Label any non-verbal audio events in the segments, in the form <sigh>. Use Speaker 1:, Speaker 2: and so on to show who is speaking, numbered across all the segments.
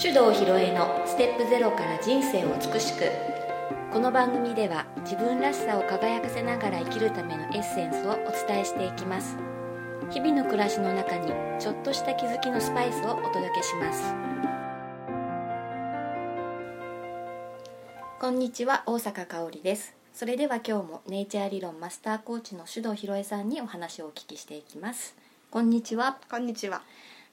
Speaker 1: 手動ひろえのステップゼロから人生を美しくこの番組では自分らしさを輝かせながら生きるためのエッセンスをお伝えしていきます日々の暮らしの中にちょっとした気づきのスパイスをお届けしますこんにちは大阪香織ですそれでは今日もネイチャー理論マスターコーチの手動ひろえさんにお話をお聞きしていきますこんにちは
Speaker 2: こんにちは。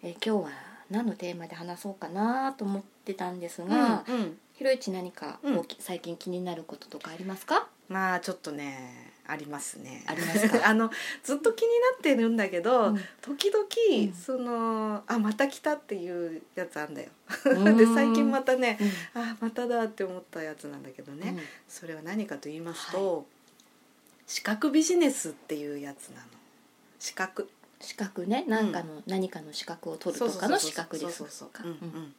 Speaker 1: えー今日は何のテーマで話そうかなと思ってたんですが、
Speaker 2: うんうん
Speaker 1: ひろゆち何か、
Speaker 2: うん
Speaker 1: おき最近気になることとかありますか
Speaker 2: まあちょっとねありますね。
Speaker 1: ありますか
Speaker 2: <laughs> あのずっと気になってるんだけど、
Speaker 1: うん
Speaker 2: 時々、
Speaker 1: うん
Speaker 2: そのあまた来たっていうやつあんだよ。
Speaker 1: う
Speaker 2: <laughs> で
Speaker 1: ん
Speaker 2: 最近またね
Speaker 1: うん
Speaker 2: あまただって思ったやつなんだけどね、
Speaker 1: うん
Speaker 2: それは何かと言いますと、視覚ビジネスっていうやつなの。視覚
Speaker 1: 資格ね何かの、何かの資格を取るとかの資格です
Speaker 2: そうそうそう
Speaker 1: か
Speaker 2: そううんうんうん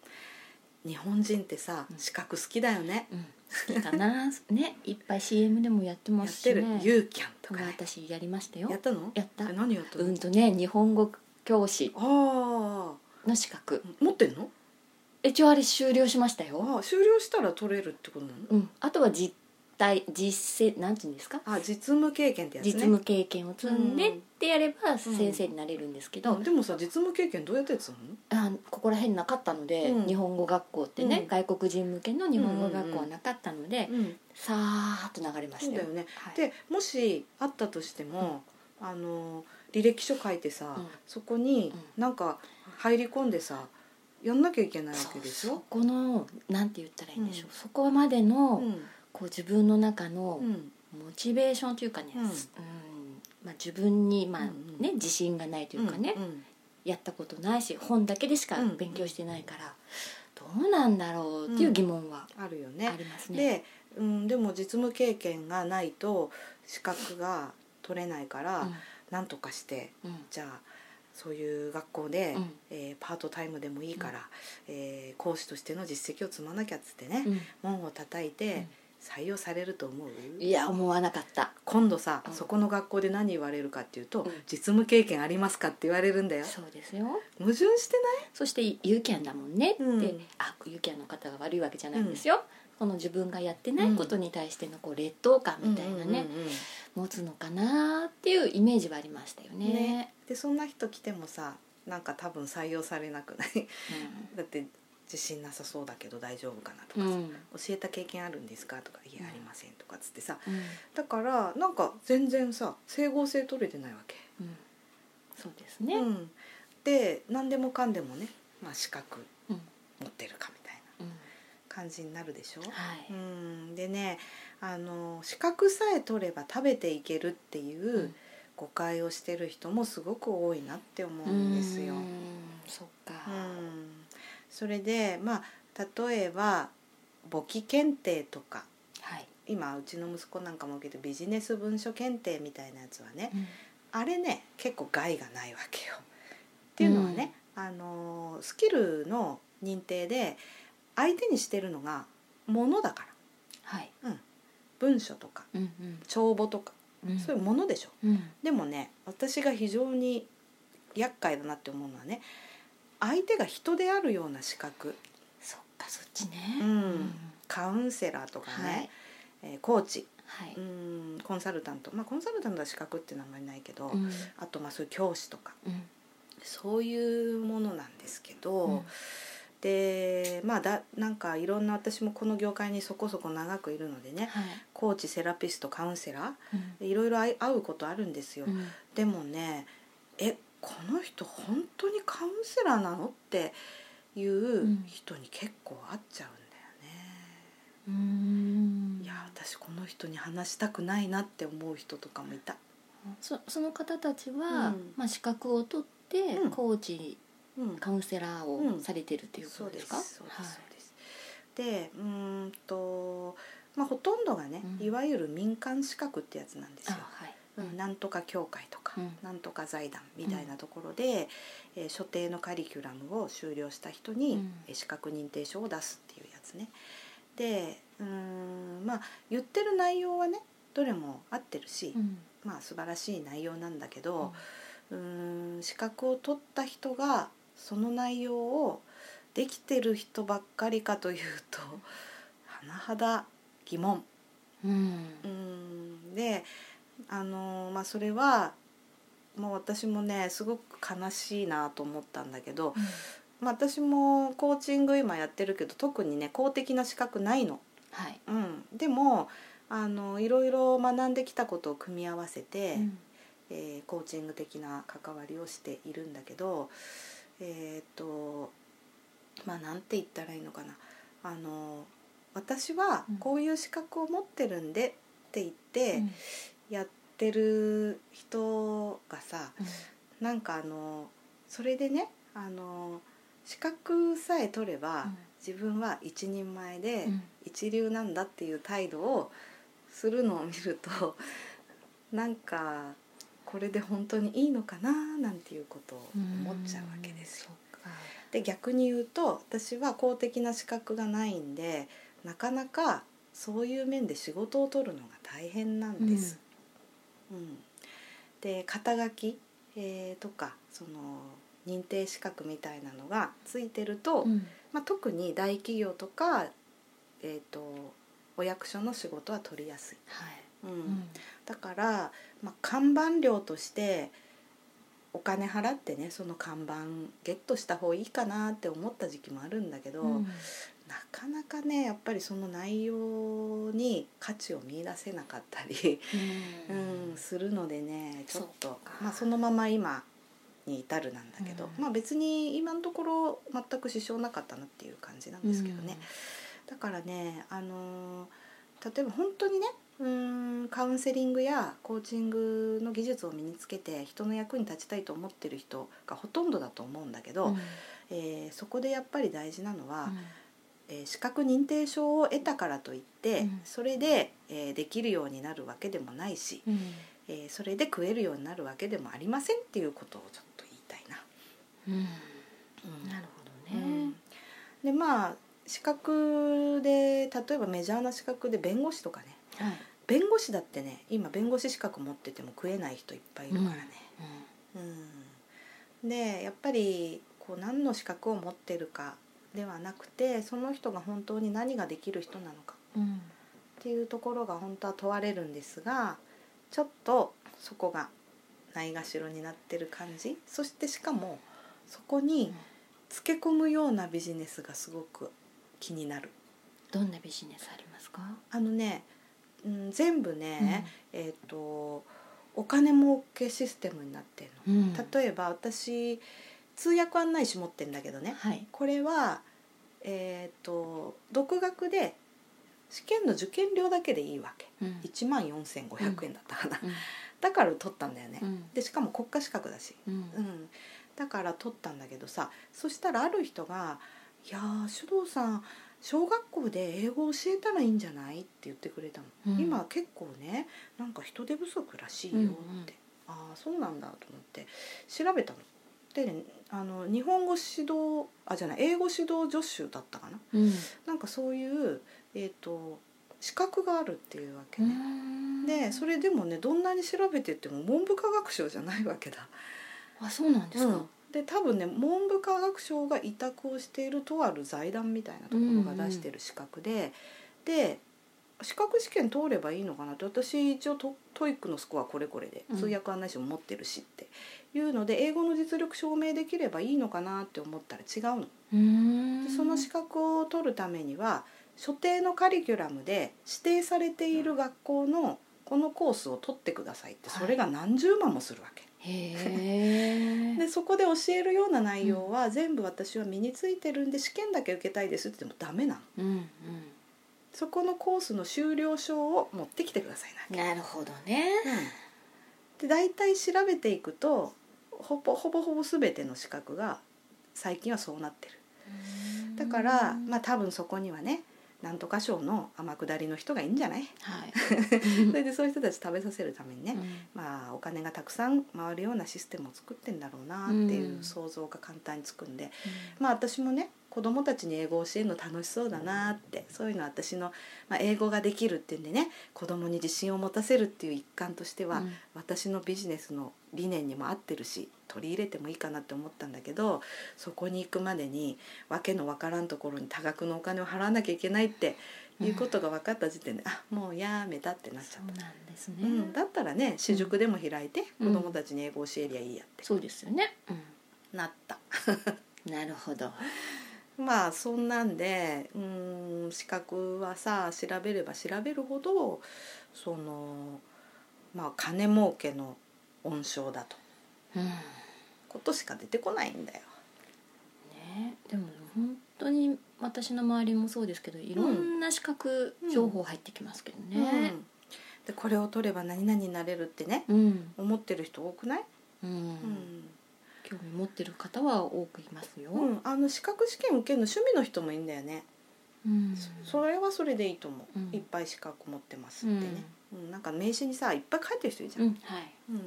Speaker 2: 日本人ってさ、
Speaker 1: うん
Speaker 2: 視覚好きだよね。
Speaker 1: うん好きかな <laughs> ねいっぱい CM でもやって
Speaker 2: や
Speaker 1: ま
Speaker 2: っ
Speaker 1: すして
Speaker 2: る
Speaker 1: ね
Speaker 2: ユーキャンと
Speaker 1: こ
Speaker 2: か
Speaker 1: れ
Speaker 2: ね、
Speaker 1: 私やりましたよ
Speaker 2: やったの？
Speaker 1: やった
Speaker 2: え何やったの？
Speaker 1: うんとね日本語教師
Speaker 2: ああ
Speaker 1: の資格
Speaker 2: 持ってんの
Speaker 1: 一応あれ終了しましたよ、
Speaker 2: ああ終了したら取れるってことなの
Speaker 1: うん、あとは実体実践なんていうんですか
Speaker 2: あ実務経験ってやつね
Speaker 1: 実務経験を積んで
Speaker 2: う
Speaker 1: っ
Speaker 2: ん
Speaker 1: てやれば先生になれるんですけど、
Speaker 2: うんでもさ実務経験どうやってやつなの
Speaker 1: あここら辺なかったので、
Speaker 2: うん
Speaker 1: 日本語学校ってね、
Speaker 2: うん
Speaker 1: 外国人向けの日本語学校はなかったので、
Speaker 2: うん
Speaker 1: さーっと流れま
Speaker 2: そ
Speaker 1: し
Speaker 2: う
Speaker 1: た
Speaker 2: だ
Speaker 1: よ
Speaker 2: よ。ね
Speaker 1: はい
Speaker 2: でもしあったとしても、あの履歴書書いてさ、
Speaker 1: うん
Speaker 2: そこになんか入り込んでさやんなきゃいけないわ
Speaker 1: そ
Speaker 2: け
Speaker 1: う
Speaker 2: でし
Speaker 1: そ
Speaker 2: ょ
Speaker 1: このなんて言ったらいいんでしょう、
Speaker 2: うん
Speaker 1: そこまでの、
Speaker 2: うん
Speaker 1: こう自分の中の
Speaker 2: うん
Speaker 1: モチベーションというかね、
Speaker 2: う
Speaker 1: うんんまあ、自分に、まあね
Speaker 2: うん
Speaker 1: 自信がないというかね、
Speaker 2: うん
Speaker 1: やったことないし本だけでしか
Speaker 2: うん
Speaker 1: 勉強してないから、どうなんだろうっていう疑問は
Speaker 2: あるよね
Speaker 1: ありますね。
Speaker 2: で、うん、でも実務経験がないと資格が取れないから、なんとかして
Speaker 1: うん
Speaker 2: じゃあそういう学校で、
Speaker 1: うん
Speaker 2: えーパートタイムでもいいから、えー講師としての実績を積まなきゃっつってね、
Speaker 1: うんうん
Speaker 2: 門を叩いて採用されると思う、
Speaker 1: いや思わなかった
Speaker 2: 今度さ、
Speaker 1: うん
Speaker 2: そこの学校で何言われるかっていうと、
Speaker 1: うん
Speaker 2: 実務経験ありますかって言われるんだよ
Speaker 1: そうですよ
Speaker 2: 矛盾して
Speaker 1: そしてユーキャンだもんねって、
Speaker 2: うん
Speaker 1: あユーキャンの方が悪いわけじゃないんですよ、この自分がやってな
Speaker 2: う
Speaker 1: い
Speaker 2: ん
Speaker 1: ことに対してのこう劣等感
Speaker 2: ない
Speaker 1: みたいなね、
Speaker 2: うんうんうん
Speaker 1: 持つのかなっていうイメージはありましたよね
Speaker 2: ねでそんな人来てもさなんか多分採用されなくない <laughs> だって自信なさそうだけど大丈夫かなと
Speaker 1: う
Speaker 2: か
Speaker 1: ん、
Speaker 2: さ、
Speaker 1: うん
Speaker 2: 教えた経験あるんですかとか「いや
Speaker 1: うん
Speaker 2: ありません」とかっつってさ
Speaker 1: うん
Speaker 2: だからなんか全然さ整合性取れてないわけ。
Speaker 1: うんそうですね、
Speaker 2: うん、で何でもかんでもね、まあ、資格
Speaker 1: うん
Speaker 2: 持ってるかみたいな
Speaker 1: うん
Speaker 2: 感じになるでしょ。、
Speaker 1: はいう
Speaker 2: ん、でねあの資格さえ取れば食べていけるっていうう誤解をしてる人もすごく多いなって思うんですよ。
Speaker 1: う
Speaker 2: うんん
Speaker 1: そっか、
Speaker 2: それでまあ例えば簿記検定とか
Speaker 1: はい、
Speaker 2: 今うちの息子なんかも受けてビジネス文書検定みたいなやつはねあれね結構害がないわけよ。っていうのはね、あのースキルの認定で相手にしてるのがものだから
Speaker 1: はい、
Speaker 2: 文書とか
Speaker 1: うん
Speaker 2: 帳簿とか
Speaker 1: うん
Speaker 2: そういうものでしょ。
Speaker 1: うん、うん
Speaker 2: でもね私が非常に厄介だなって思うのはね相手が人であるような資格
Speaker 1: そっかそっちね、
Speaker 2: うんカウンセラーとか
Speaker 1: はい
Speaker 2: ね、えーコーチ、
Speaker 1: はいう
Speaker 2: んコンサルタントまあコンサルタントは資格って名前ないけど、
Speaker 1: うん
Speaker 2: あとまあそういう教師とか
Speaker 1: うん
Speaker 2: そういうものなんですけど、
Speaker 1: うん
Speaker 2: でまあだなんかいろんな私もこの業界にそこそこ長くいるのでね
Speaker 1: はい
Speaker 2: コーチセラピストカウンセラ
Speaker 1: うん
Speaker 2: ーいろいろ会い会うことあるんですよ、
Speaker 1: うん
Speaker 2: でもねえこの人本当にカウンセラーなのっていう人に結構会っちゃうんだよね、
Speaker 1: うーん
Speaker 2: いや私この人に話したくないなって思う人とかもいた、
Speaker 1: そその方たちは、
Speaker 2: うん
Speaker 1: まあ、資格を取って、
Speaker 2: うん
Speaker 1: コーチ
Speaker 2: うん
Speaker 1: カウンセラー
Speaker 2: う
Speaker 1: を
Speaker 2: ん
Speaker 1: されてるっていうこ
Speaker 2: そう
Speaker 1: と
Speaker 2: で
Speaker 1: ですすか、
Speaker 2: そうですそうですでうーんとまあほとんどがね、
Speaker 1: うん
Speaker 2: いわゆる民間資格ってやつなんですよ
Speaker 1: はい、あはい、
Speaker 2: うんなんとか協会とか、
Speaker 1: うん
Speaker 2: なんとか財団みたいなところで、えー所定のカリキュラムを修了した人に、
Speaker 1: うん
Speaker 2: えー資格認定証を出すっていうやつね。でうーんまあ言ってる内容はねどれも合ってるし、
Speaker 1: うん
Speaker 2: まあ素晴らしい内容なんだ
Speaker 1: う
Speaker 2: け
Speaker 1: ん
Speaker 2: ど、うーん資格を取った人がその内容を、できてる人ばっかりかというと <laughs> 甚だ疑問。
Speaker 1: うん
Speaker 2: うんであの、まあ、それはもう私もねすごく悲しいなと思ったんだけど、まあ、私もコーチング今やってるけど特にね公的な資格ないの。
Speaker 1: はい
Speaker 2: うん、でもあのいろいろ学んできたことを組み合わせて、
Speaker 1: うん
Speaker 2: えーコーチング的な関わりをしているんだけどえーっとまあなんて言ったらいいのかなあの私は
Speaker 1: うん
Speaker 2: こういう資格を持ってるんでって言って
Speaker 1: うん
Speaker 2: やってる人がさなんかあのそれでねあの資格さえ取れば、自分は一人前で
Speaker 1: うん
Speaker 2: 一流なんだっていう態度をするのを見
Speaker 1: <laughs>
Speaker 2: るとなんかこれで本当にいいのかななんていうことを思っちゃうわけですよ。
Speaker 1: そっか
Speaker 2: で逆に言うと私は公的な資格がないんでなかなかそういう面で仕事を取るのが大変なんです。うん、で肩書き、えーとかその認定資格みたいなのがついてると、
Speaker 1: うん
Speaker 2: まあ、特に大企業とか、えー、とお役所の仕事は取りやすい、
Speaker 1: はい
Speaker 2: うん
Speaker 1: うん
Speaker 2: だから、まあ、看板料としてお金払ってねその看板ゲットした方がいいかなって思った時期もあるんだけど、
Speaker 1: うん
Speaker 2: なかなかねやっぱりその内容に価値を見出せなかったり、
Speaker 1: う
Speaker 2: うんん、するのでねちょっ
Speaker 1: そ
Speaker 2: と
Speaker 1: うか
Speaker 2: まあ、そのまま今に至るなんだけど、
Speaker 1: うん
Speaker 2: まあ、別に今のところ全く支障なかったなっていう感じなんですけどね。だからね、あのー例えば本当にねうーんカウンセリングやコーチングの技術を身につけて人の役に立ちたいと思ってる人がほとんどだと思うんだけ
Speaker 1: う
Speaker 2: ど、
Speaker 1: ん
Speaker 2: えーそこでやっぱり大事なのは、
Speaker 1: うん
Speaker 2: えー資格認定証を得たからといって、
Speaker 1: うん
Speaker 2: それで、えーできるようになるわけでもないし、
Speaker 1: うん
Speaker 2: えーそれで食えるようになるわけでもありませんっていうことをちょっと言いたいな。うん
Speaker 1: なるほど
Speaker 2: う
Speaker 1: ね
Speaker 2: んでまあ資格で例えばメジャーな資格で弁護士とかね
Speaker 1: はい
Speaker 2: 弁護士だってね今弁護士資格持ってても食えない人いっぱいいるからね、うんでやっぱりこう何の資格を持ってるかではなくてその人が本当に何ができる人なのか
Speaker 1: うんうん
Speaker 2: っていうところが本当は問われるんですがちょっとそこがないがしろになってる感じそしてしかもそこにつけ込むようなビジネスがすごく気になる。
Speaker 1: どんなビジネスありますか
Speaker 2: あのね、うん、全部ね、えっ、とお金儲けシステムになってる
Speaker 1: うんうん
Speaker 2: の、例えば私通訳案内士持ってんだけどね
Speaker 1: はい
Speaker 2: これはえっ、と独学で試験の受験料だけでいいわけ
Speaker 1: うん
Speaker 2: 1万4500円だったかな、
Speaker 1: うん
Speaker 2: だから取ったんだよね、
Speaker 1: うん
Speaker 2: でしかも国家資格だし、
Speaker 1: うん
Speaker 2: うん、だから取ったんだけどさそしたらある人が「いやー首藤さん小学校で英語を教えたらいいんじゃない?」って言ってくれたの、
Speaker 1: うん
Speaker 2: 今結構ねなんか人手不足らしいよって、
Speaker 1: うんうん
Speaker 2: ああそうなんだと思って調べたの。でねあの日本語指導あじゃない英語指導助手だったかな
Speaker 1: うん
Speaker 2: なんかそういう、えー、と資格があるっていうわけ
Speaker 1: う
Speaker 2: ね。
Speaker 1: ん
Speaker 2: でそれでもねどんなに調べてっても文部科学省じゃないわけだ。
Speaker 1: あそうなんですか
Speaker 2: で多分ね文部科学省が委託をしているとある財団みたいなところが出してる資格で、で資格試験通ればいいのかなって私一応トトイックのスコアこれこれで
Speaker 1: うん
Speaker 2: 通訳案内士も持ってるしっていうので英語の実力証明できればいいのかなって思ったら違うの。
Speaker 1: うん
Speaker 2: でその資格を取るためには所定のカリキュラムで指定されている学校のこのコースを取ってくださいってそれが何十万もするわけ。
Speaker 1: へえ
Speaker 2: <laughs> でそこで教えるような内容は全部私は身についてるんで試験だけ受けたいですって言ってもダメなの
Speaker 1: うんうん
Speaker 2: そこのコースの修了証を持ってきてください
Speaker 1: なるほどね
Speaker 2: な、で大体調べていくとほぼほぼほぼ全ての資格が最近はそうなってるだからまあ多分そこにはねなんとか賞の天下りの人がいいんじゃない
Speaker 1: はい
Speaker 2: そ <laughs> れでそういう人たち食べさせるためにね、
Speaker 1: うん
Speaker 2: まあ、お金がたくさん回るようなシステムを作ってんだろうなってい
Speaker 1: うん
Speaker 2: う想像が簡単につくんで、まあ私もね子供たちに英語を教えるの楽しそうだなってそういうのは私の、まあ、英語ができるっていうんでね子供に自信を持たせるっていう一環としては、
Speaker 1: うん
Speaker 2: 私のビジネスの理念にも合ってるし取り入れてもいいかなって思ったんだけどそこに行くまでに訳のわからんところに多額のお金を払わなきゃいけないっていうことが分かった時点で、あもうやめたってなっちゃ
Speaker 1: そ
Speaker 2: っ
Speaker 1: う
Speaker 2: た。
Speaker 1: なんですね、
Speaker 2: うん、だったらね私塾でも開いて、
Speaker 1: うん
Speaker 2: 子供たちに英語教えりゃいいやって、
Speaker 1: そうですよね、
Speaker 2: なった
Speaker 1: うん、なるほど
Speaker 2: まあそんなんでうーん資格はさ調べれば調べるほどそのまあ金儲けの温床だと
Speaker 1: うん
Speaker 2: ことしか出てこないんだよ。
Speaker 1: ねでも本当に私の周りもそうですけどいろんな資格情報入ってきますけどね
Speaker 2: うんでこれを取れば何々になれるってね
Speaker 1: うん、うん
Speaker 2: 思ってる人多くない、
Speaker 1: 興味持ってる方は多くいますよ、
Speaker 2: うんうんあの資格試験受けるの趣味の人もいいんだよね、
Speaker 1: うん
Speaker 2: そそれはそれでいいと思う、
Speaker 1: うん
Speaker 2: いっぱい資格持ってますってね、うん、なんか名刺にさいっぱい書いてる人いるじゃ、
Speaker 1: うんんはい、
Speaker 2: うんま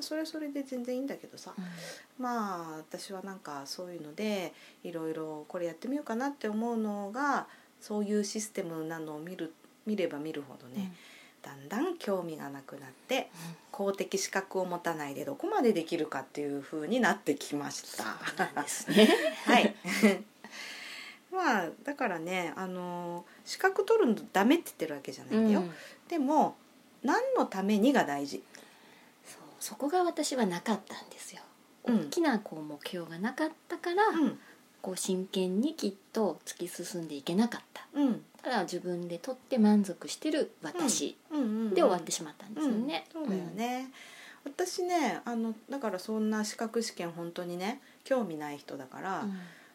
Speaker 2: あそれはそれで全然いいんだけどさ、まあ私はなんかそういうのでいろいろこれやってみようかなって思うのがそういうシステムなのを見る見れば見るほどね、だんだん興味がなくなって公的資格を持たないでどこまでできるかっていう風になってきまし
Speaker 1: そ
Speaker 2: た。
Speaker 1: うなんですね
Speaker 2: はい。 <laughs> まあだからねあの資格取るのダメって言ってるわけじゃないんだよ、
Speaker 1: うん
Speaker 2: でも何のためにが大事
Speaker 1: そうそこが私はなかったんですよ、
Speaker 2: うん
Speaker 1: 大きなこう目標がなかったから、
Speaker 2: うん
Speaker 1: こう真剣にきっと突き進んでいけなかった
Speaker 2: うん
Speaker 1: ただ自分で取って満足してる私
Speaker 2: うんうん
Speaker 1: で終わってしまったんですよね、
Speaker 2: うん、そうだよね、私ねあのだからそんな資格試験本当にね興味ない人だから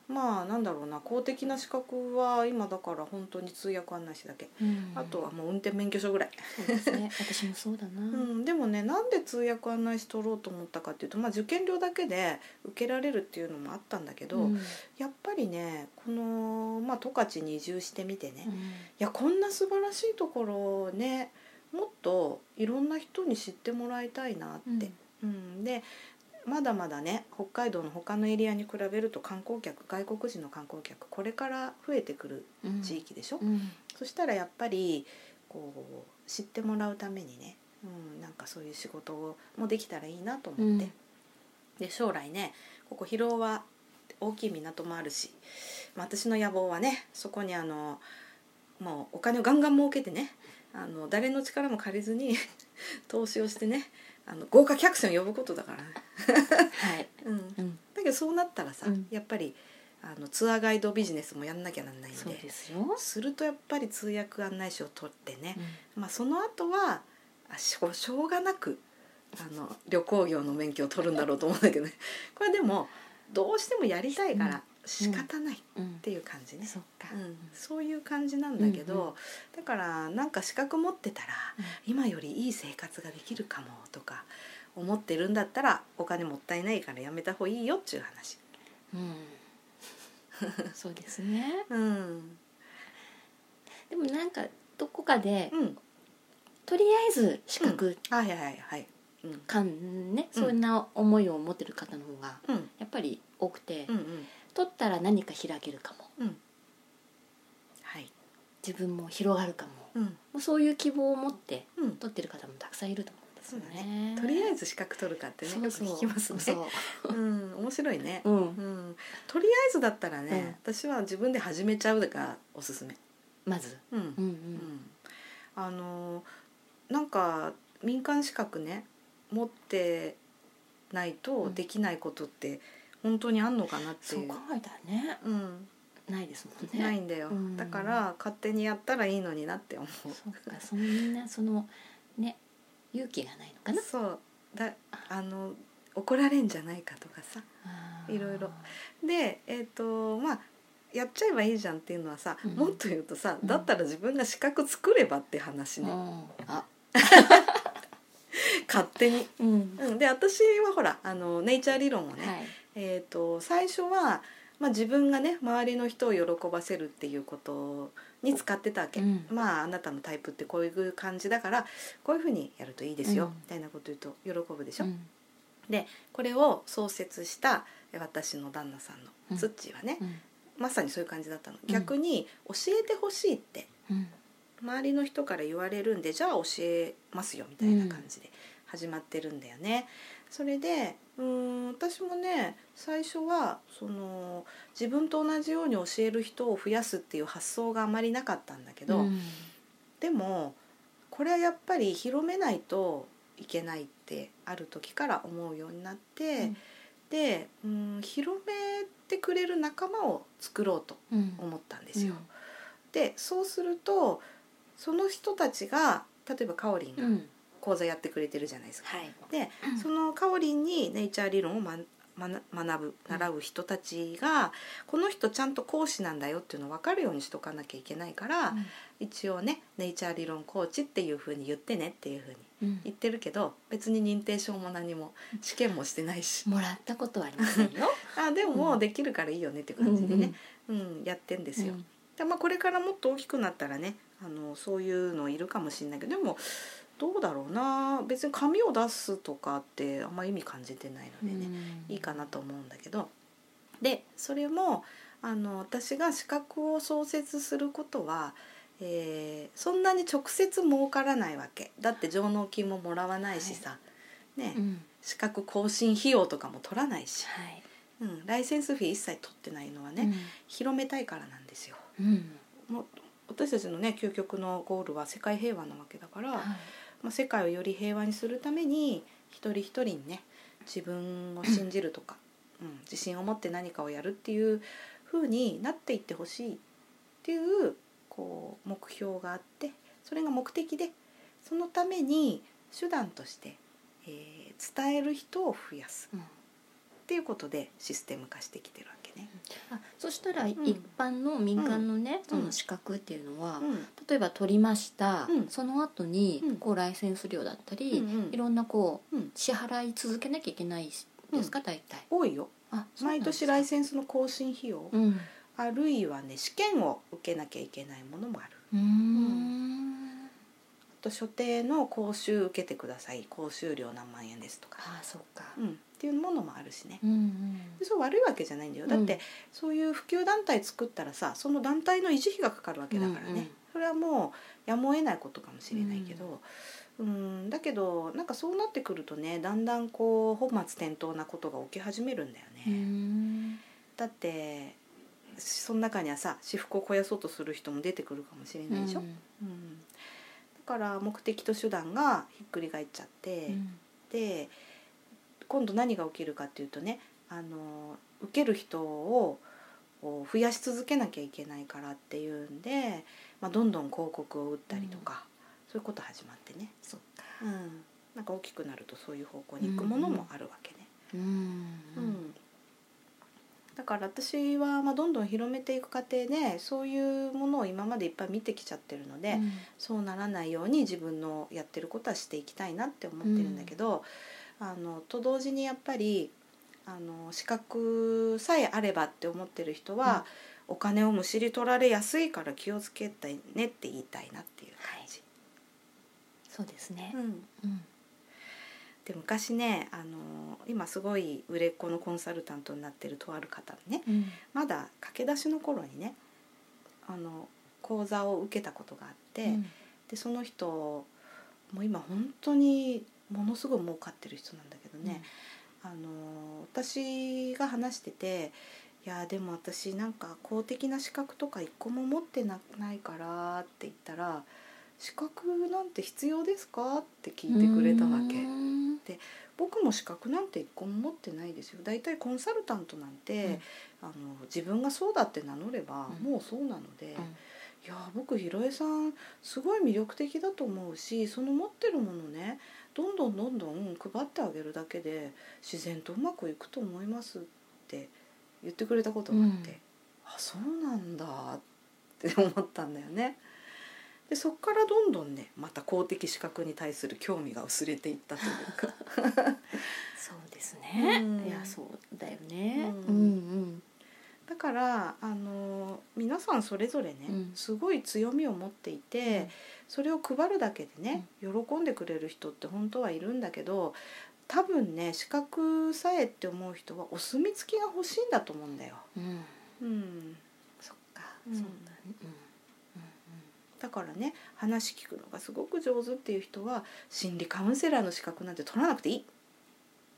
Speaker 1: う、ん、
Speaker 2: まあなんだろうな公的な資格は今だから本当に通訳案内士だけ、
Speaker 1: うん
Speaker 2: あとはもう運転免許証ぐらい、
Speaker 1: そうですね私もそうだな、
Speaker 2: うんでもねなんで通訳案内士取ろうと思ったかっていうと、まあ、受験料だけで受けられるっていうのもあったんだけど、
Speaker 1: うん
Speaker 2: やっぱりねこの、まあ、十勝に移住してみてね、
Speaker 1: う
Speaker 2: い
Speaker 1: ん
Speaker 2: やこんな素晴らしいところをねもっといろんな人に知ってもらいたいなって、うん、でまだまだね北海道の他のエリアに比べると観光客外国人の観光客これから増えてくる
Speaker 1: うん
Speaker 2: 地域でしょ、
Speaker 1: うん
Speaker 2: そしたらやっぱりこう知ってもらうためにね、うん、なんかそういう仕事をもできたらいいなと思って、
Speaker 1: うん
Speaker 2: で将来ねここ広尾は大きい港もあるし、まあ、私の野望はねそこにあのもうお金をガンガン儲けてねあの誰の力も借りずに <laughs> 投資をしてねあの豪華客船を呼ぶことだからね、
Speaker 1: はい、
Speaker 2: うん、だ
Speaker 1: うん、
Speaker 2: けどそうなったらさ、
Speaker 1: うん
Speaker 2: やっぱりあのツアーガイドビジネスもやんなきゃなんないん
Speaker 1: そう
Speaker 2: で
Speaker 1: ですよ、
Speaker 2: するとやっぱり通訳案内士を取ってね、まあ、その後はあしょしょうがなくあの旅行業の免許を取るんだろうと思うんだけどね <laughs> これでもどうしてもやりたいから仕方ないっ
Speaker 1: うん
Speaker 2: ていう感じね、
Speaker 1: そっか、
Speaker 2: うんそういう感じなんだけど、
Speaker 1: うんうん
Speaker 2: だからなんか資格持ってたら
Speaker 1: うん
Speaker 2: 今よりいい生活ができるかもとか思ってるんだったらお金もったいないからやめた方がいいよっちゅう話。 <laughs>
Speaker 1: うん、そうですね
Speaker 2: うん
Speaker 1: でもなんかどこかで
Speaker 2: うん、
Speaker 1: とりあえず資格
Speaker 2: はいはいはいはい。うん
Speaker 1: 感ね、
Speaker 2: うん
Speaker 1: そんな思いを持ってる方の方が
Speaker 2: うん
Speaker 1: やっぱり多くて、
Speaker 2: うんうん
Speaker 1: 取ったら何か開けるかも
Speaker 2: うんはい
Speaker 1: 自分も広がるかも
Speaker 2: うん
Speaker 1: もうそういう希望を持って
Speaker 2: うん
Speaker 1: 取ってる方もたくさんいると思うんです
Speaker 2: そ
Speaker 1: よ
Speaker 2: う
Speaker 1: ね
Speaker 2: だね。とりあえ
Speaker 1: ず
Speaker 2: ず資格取るかってね、
Speaker 1: そうそう
Speaker 2: よく聞きますね。
Speaker 1: そう
Speaker 2: うん、面白いね。
Speaker 1: うん、
Speaker 2: うん、とりあえずだったらね、私は自分で始めちゃうがおすすめ。
Speaker 1: まず
Speaker 2: うん、
Speaker 1: うんう
Speaker 2: うん
Speaker 1: ん、
Speaker 2: あのーなんか民間資格ね持ってないとできないことって本当にあんのかなって
Speaker 1: そう
Speaker 2: いう。
Speaker 1: 考えたらね
Speaker 2: うん、
Speaker 1: ないですもんね
Speaker 2: ないんだよ、
Speaker 1: うん
Speaker 2: だから勝手にやったらいいのになって思う
Speaker 1: そうかそのみんなそのね勇気がないのかな
Speaker 2: そうだあの怒られんじゃないかとかさ
Speaker 1: あー
Speaker 2: いろいろでえっ、とまあやっちゃえばいいじゃんっていうのはさ、
Speaker 1: うん
Speaker 2: もっと言うとさ
Speaker 1: うん
Speaker 2: だったら自分が資格作ればって話
Speaker 1: うん
Speaker 2: ね、
Speaker 1: あ
Speaker 2: 勝手に、
Speaker 1: うん
Speaker 2: うん、で私はほらあのネイチャー理論をね、
Speaker 1: はい
Speaker 2: えっ、と最初は、まあ、自分がね周りの人を喜ばせるっていうことに使ってたわけ、
Speaker 1: うん
Speaker 2: まああなたのタイプってこういう感じだからこういうふうにやるといいですよ、
Speaker 1: うん
Speaker 2: みたいなこと言うと喜ぶでし
Speaker 1: う
Speaker 2: ょ、
Speaker 1: ん
Speaker 2: これを創設した私の旦那さん
Speaker 1: うん
Speaker 2: のツッチーはね、
Speaker 1: うん
Speaker 2: まさにそういう感じだったの
Speaker 1: ん
Speaker 2: 逆に教えてほしいって
Speaker 1: うん
Speaker 2: 周りの人から言われるんでじゃあ教えますよみたいな感じで始まってるんだよね、それでうーん私もね最初はその自分と同じように教える人を増やすっていう発想があまりなかったんだけど、
Speaker 1: うん
Speaker 2: でもこれはやっぱり広めないといけないってある時から思うようになって、
Speaker 1: うん
Speaker 2: でうん広めてくれる仲間を作ろうと
Speaker 1: うん
Speaker 2: 思ったんですよ。でそうするとその人たちが例えばかおりん
Speaker 1: う
Speaker 2: が
Speaker 1: ん
Speaker 2: 講座やってくれてるじゃないですか。
Speaker 1: はい
Speaker 2: で
Speaker 1: うん
Speaker 2: そのかおりんにネイチャー理論を、ま、学学ぶ習う人たちがこの人ちゃんと講師なんだよっていうのを分かるようにしとかなきゃいけないから、一応ねネイチャー理論コーチっていうふうに言ってねっていうふうに
Speaker 1: うん
Speaker 2: 言ってるけど別に認定証も何も試験もしてないし
Speaker 1: もらったことはありませんよ
Speaker 2: あでももうできるからいいよねって感じでね、うんやってんですよ。でまあ、これからもっと大きくなったらねあのそういうのいるかもしれないけどでもどうだろうな別に紙を出すとかってあんま意味感じてないのでね、いいかなと思うんだけどでそれもあの私が資格を創設することは、えーそんなに直接儲からないわけだって上納金ももらわないしさ、ね、
Speaker 1: うん
Speaker 2: 資格更新費用とかも取らないし、
Speaker 1: はい
Speaker 2: うん、ライセンス費一切取ってないのはね、広めたいからなんですよ。
Speaker 1: うん
Speaker 2: もう私たちのね究極のゴールは世界平和なわけだから、
Speaker 1: はい
Speaker 2: まあ、世界をより平和にするために一人一人にね自分を信じるとか、うん、自信を持って何かをやるっていう風になっていってほしいっていうこう目標があってそれが目的でそのために手段として、えー伝える人を増やす
Speaker 1: うん
Speaker 2: っていうことでシステム化してきてるわけね。
Speaker 1: あそしたら一
Speaker 2: ん
Speaker 1: 般の民間のね、そ
Speaker 2: うん
Speaker 1: の資格っていうのは、
Speaker 2: うん
Speaker 1: 例えば取りました、
Speaker 2: うん
Speaker 1: その後に
Speaker 2: うん
Speaker 1: こうライセンス料だったり、
Speaker 2: うんうん
Speaker 1: いろんなこう、
Speaker 2: うん
Speaker 1: 支払い続けなきゃいけないですか、大体
Speaker 2: 多いよ
Speaker 1: あそうなん
Speaker 2: 毎
Speaker 1: です
Speaker 2: 年
Speaker 1: か
Speaker 2: ライセンスの更新費用、
Speaker 1: うん
Speaker 2: あるいはね試験を受けなきゃいけないものもある
Speaker 1: うーん
Speaker 2: あと所定の講習受けてください講習料何万円ですとか、
Speaker 1: ああそうか
Speaker 2: うん、っていうものもあるしね
Speaker 1: うんうん
Speaker 2: でそう悪いわけじゃないんだよだって、
Speaker 1: うん
Speaker 2: そういう普及団体作ったらさその団体の維持費がかかるわけだからね、
Speaker 1: うんうん
Speaker 2: それはもうやむを得ないことかもしれないけど、うん、だけどなんかそうなってくるとねだんだんこう本末転倒なことが起き始めるんだよね。
Speaker 1: うーん
Speaker 2: だってその中にはさ私服を肥やそうとする人も出てくるかもしれないでしょ、うんだから目的と手段がひっくり返っちゃって、
Speaker 1: うん
Speaker 2: で今度何が起きるかっていうとねあの受ける人をこう増やし続けなきゃいけないからっていうんで、まあ、どんどん広告を打ったりとか、そういうこと始まってね、
Speaker 1: そっか
Speaker 2: うん、なんか大きくなるとそういう方向に行くものもあるわけね。
Speaker 1: うん
Speaker 2: うんだから私はまあどんどん広めていく過程でそういうものを今までいっぱい見てきちゃってるので、
Speaker 1: うん
Speaker 2: そうならないように自分のやってることはしていきたいなって思ってるんだけど、あのと同時にやっぱりあの資格さえあればって思ってる人は、お金をむしり取られやすいから気をつけたいねって言いたいなっていう感じ。
Speaker 1: そうですね、
Speaker 2: うん
Speaker 1: うん
Speaker 2: で昔ねあの今すごい売れっ子のコンサルタントになってるとある方ね、
Speaker 1: うん
Speaker 2: まだ駆け出しの頃にねあの講座を受けたことがあって、
Speaker 1: うん
Speaker 2: でその人もう今本当にものすごい儲かってる人なんだけどね、あの私が話してて「いやでも私なんか公的な資格とか一個も持ってなないから」って言ったら「資格なんて必要ですか?」って聞いてくれたわけ。
Speaker 1: うん
Speaker 2: 僕も資格なんて一個も持ってないですよ大体コンサルタントなんて、あの自分がそうだって名乗れば
Speaker 1: うん
Speaker 2: もうそうなので、いやー僕ひろえさんすごい魅力的だと思うしその持ってるものねどんどんどんどん配ってあげるだけで自然とうまくいくと思いますって言ってくれたことがあって、
Speaker 1: うん
Speaker 2: あそうなんだって思ったんだよね。でそっからどんどんねまた公的資格に対する興味が薄れていったというか。
Speaker 1: そうですね、
Speaker 2: うん
Speaker 1: いやそうだよね、
Speaker 2: う
Speaker 1: うんん、うん
Speaker 2: だからあの皆さんそれぞれね、
Speaker 1: うん
Speaker 2: すごい強みを持っていて、それを配るだけでね、喜んでくれる人って本当はいるんだけど多分ね資格さえって思う人はお墨付きが欲しいんだと思うんだよ。
Speaker 1: うん、
Speaker 2: うん、
Speaker 1: そっか、
Speaker 2: うん
Speaker 1: そうだね
Speaker 2: だからね話聞くのがすごく上手っていう人は心理カウンセラーの資格なんて取らなくていい。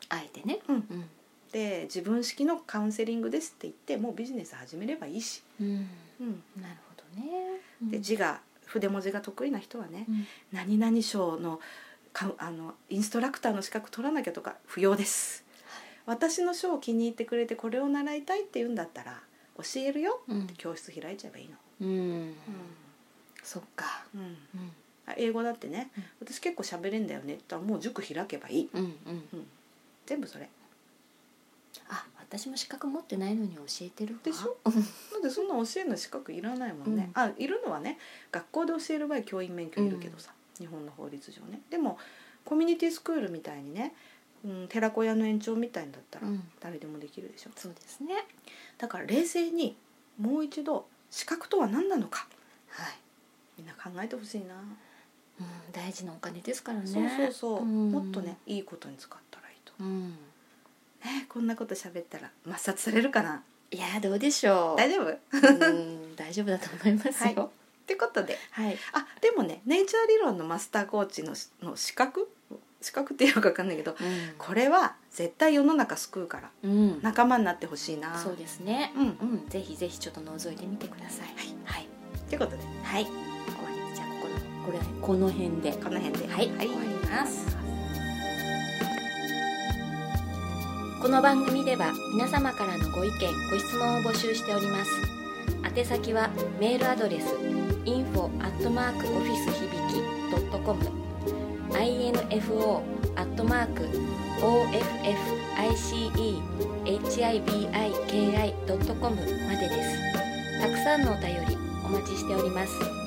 Speaker 1: あえてね
Speaker 2: うん
Speaker 1: うん
Speaker 2: で自分式のカウンセリングですって言ってもうビジネス始めればいいし、
Speaker 1: うん
Speaker 2: うん、
Speaker 1: なるほどねうん
Speaker 2: で字が筆文字が得意な人はね
Speaker 1: うん
Speaker 2: 「何々賞のかあのインストラクターの資格取らなきゃ」とか不要です。私の賞を気に入ってくれてこれを習いたいって言うんだったら教えるよ
Speaker 1: うん
Speaker 2: 教室開いちゃえばいいの。
Speaker 1: うんそっか
Speaker 2: うん
Speaker 1: うん
Speaker 2: あ英語だってね
Speaker 1: うん
Speaker 2: 私結構喋れんだよねって言ったらもう塾開けばいい、
Speaker 1: うんうん
Speaker 2: うん、全部それ
Speaker 1: あ私も資格持ってないのに教えてるわ
Speaker 2: でしょなんでそんな教えるの資格いらないもんね、
Speaker 1: う
Speaker 2: あいるのはね学校で教える場合教員免許いるけどさ、日本の法律上ねでもコミュニティスクールみたいにね、うん、寺子屋の延長みたいんだったら
Speaker 1: うん
Speaker 2: 誰でもできるでしょ、
Speaker 1: そうですね
Speaker 2: だから冷静にもう一度資格とは何なのか
Speaker 1: はい
Speaker 2: みんな考えてほしいな、
Speaker 1: うん大事なお金ですからね
Speaker 2: そうそうそう、
Speaker 1: ん
Speaker 2: もっとねいいことに使ったらいいと、
Speaker 1: うん
Speaker 2: ねこんなこと喋ったら抹殺されるかない
Speaker 1: やどうでしょう
Speaker 2: 大丈夫っ
Speaker 1: うん大丈夫だと思いますよ
Speaker 2: てことで
Speaker 1: はい
Speaker 2: あでもねネイチャー理論のマスターコーチのの資格資格っていうのか分かんないけどこれは絶対世の中救うから
Speaker 1: うんうん
Speaker 2: 仲間になってほしいな
Speaker 1: そうですね
Speaker 2: うんっ
Speaker 1: うんぜひぜひちょっと覗いてみてくださいはい
Speaker 2: てことで
Speaker 1: はい終わりじゃあここのこれこの辺で
Speaker 2: この辺で
Speaker 1: はい、
Speaker 2: はい
Speaker 1: 終わりますこの番組では皆様からのご意見ご質問を募集しております宛先はメールアドレス info office 響き .com info officehibiki.com までですたくさんのお便りお待ちしております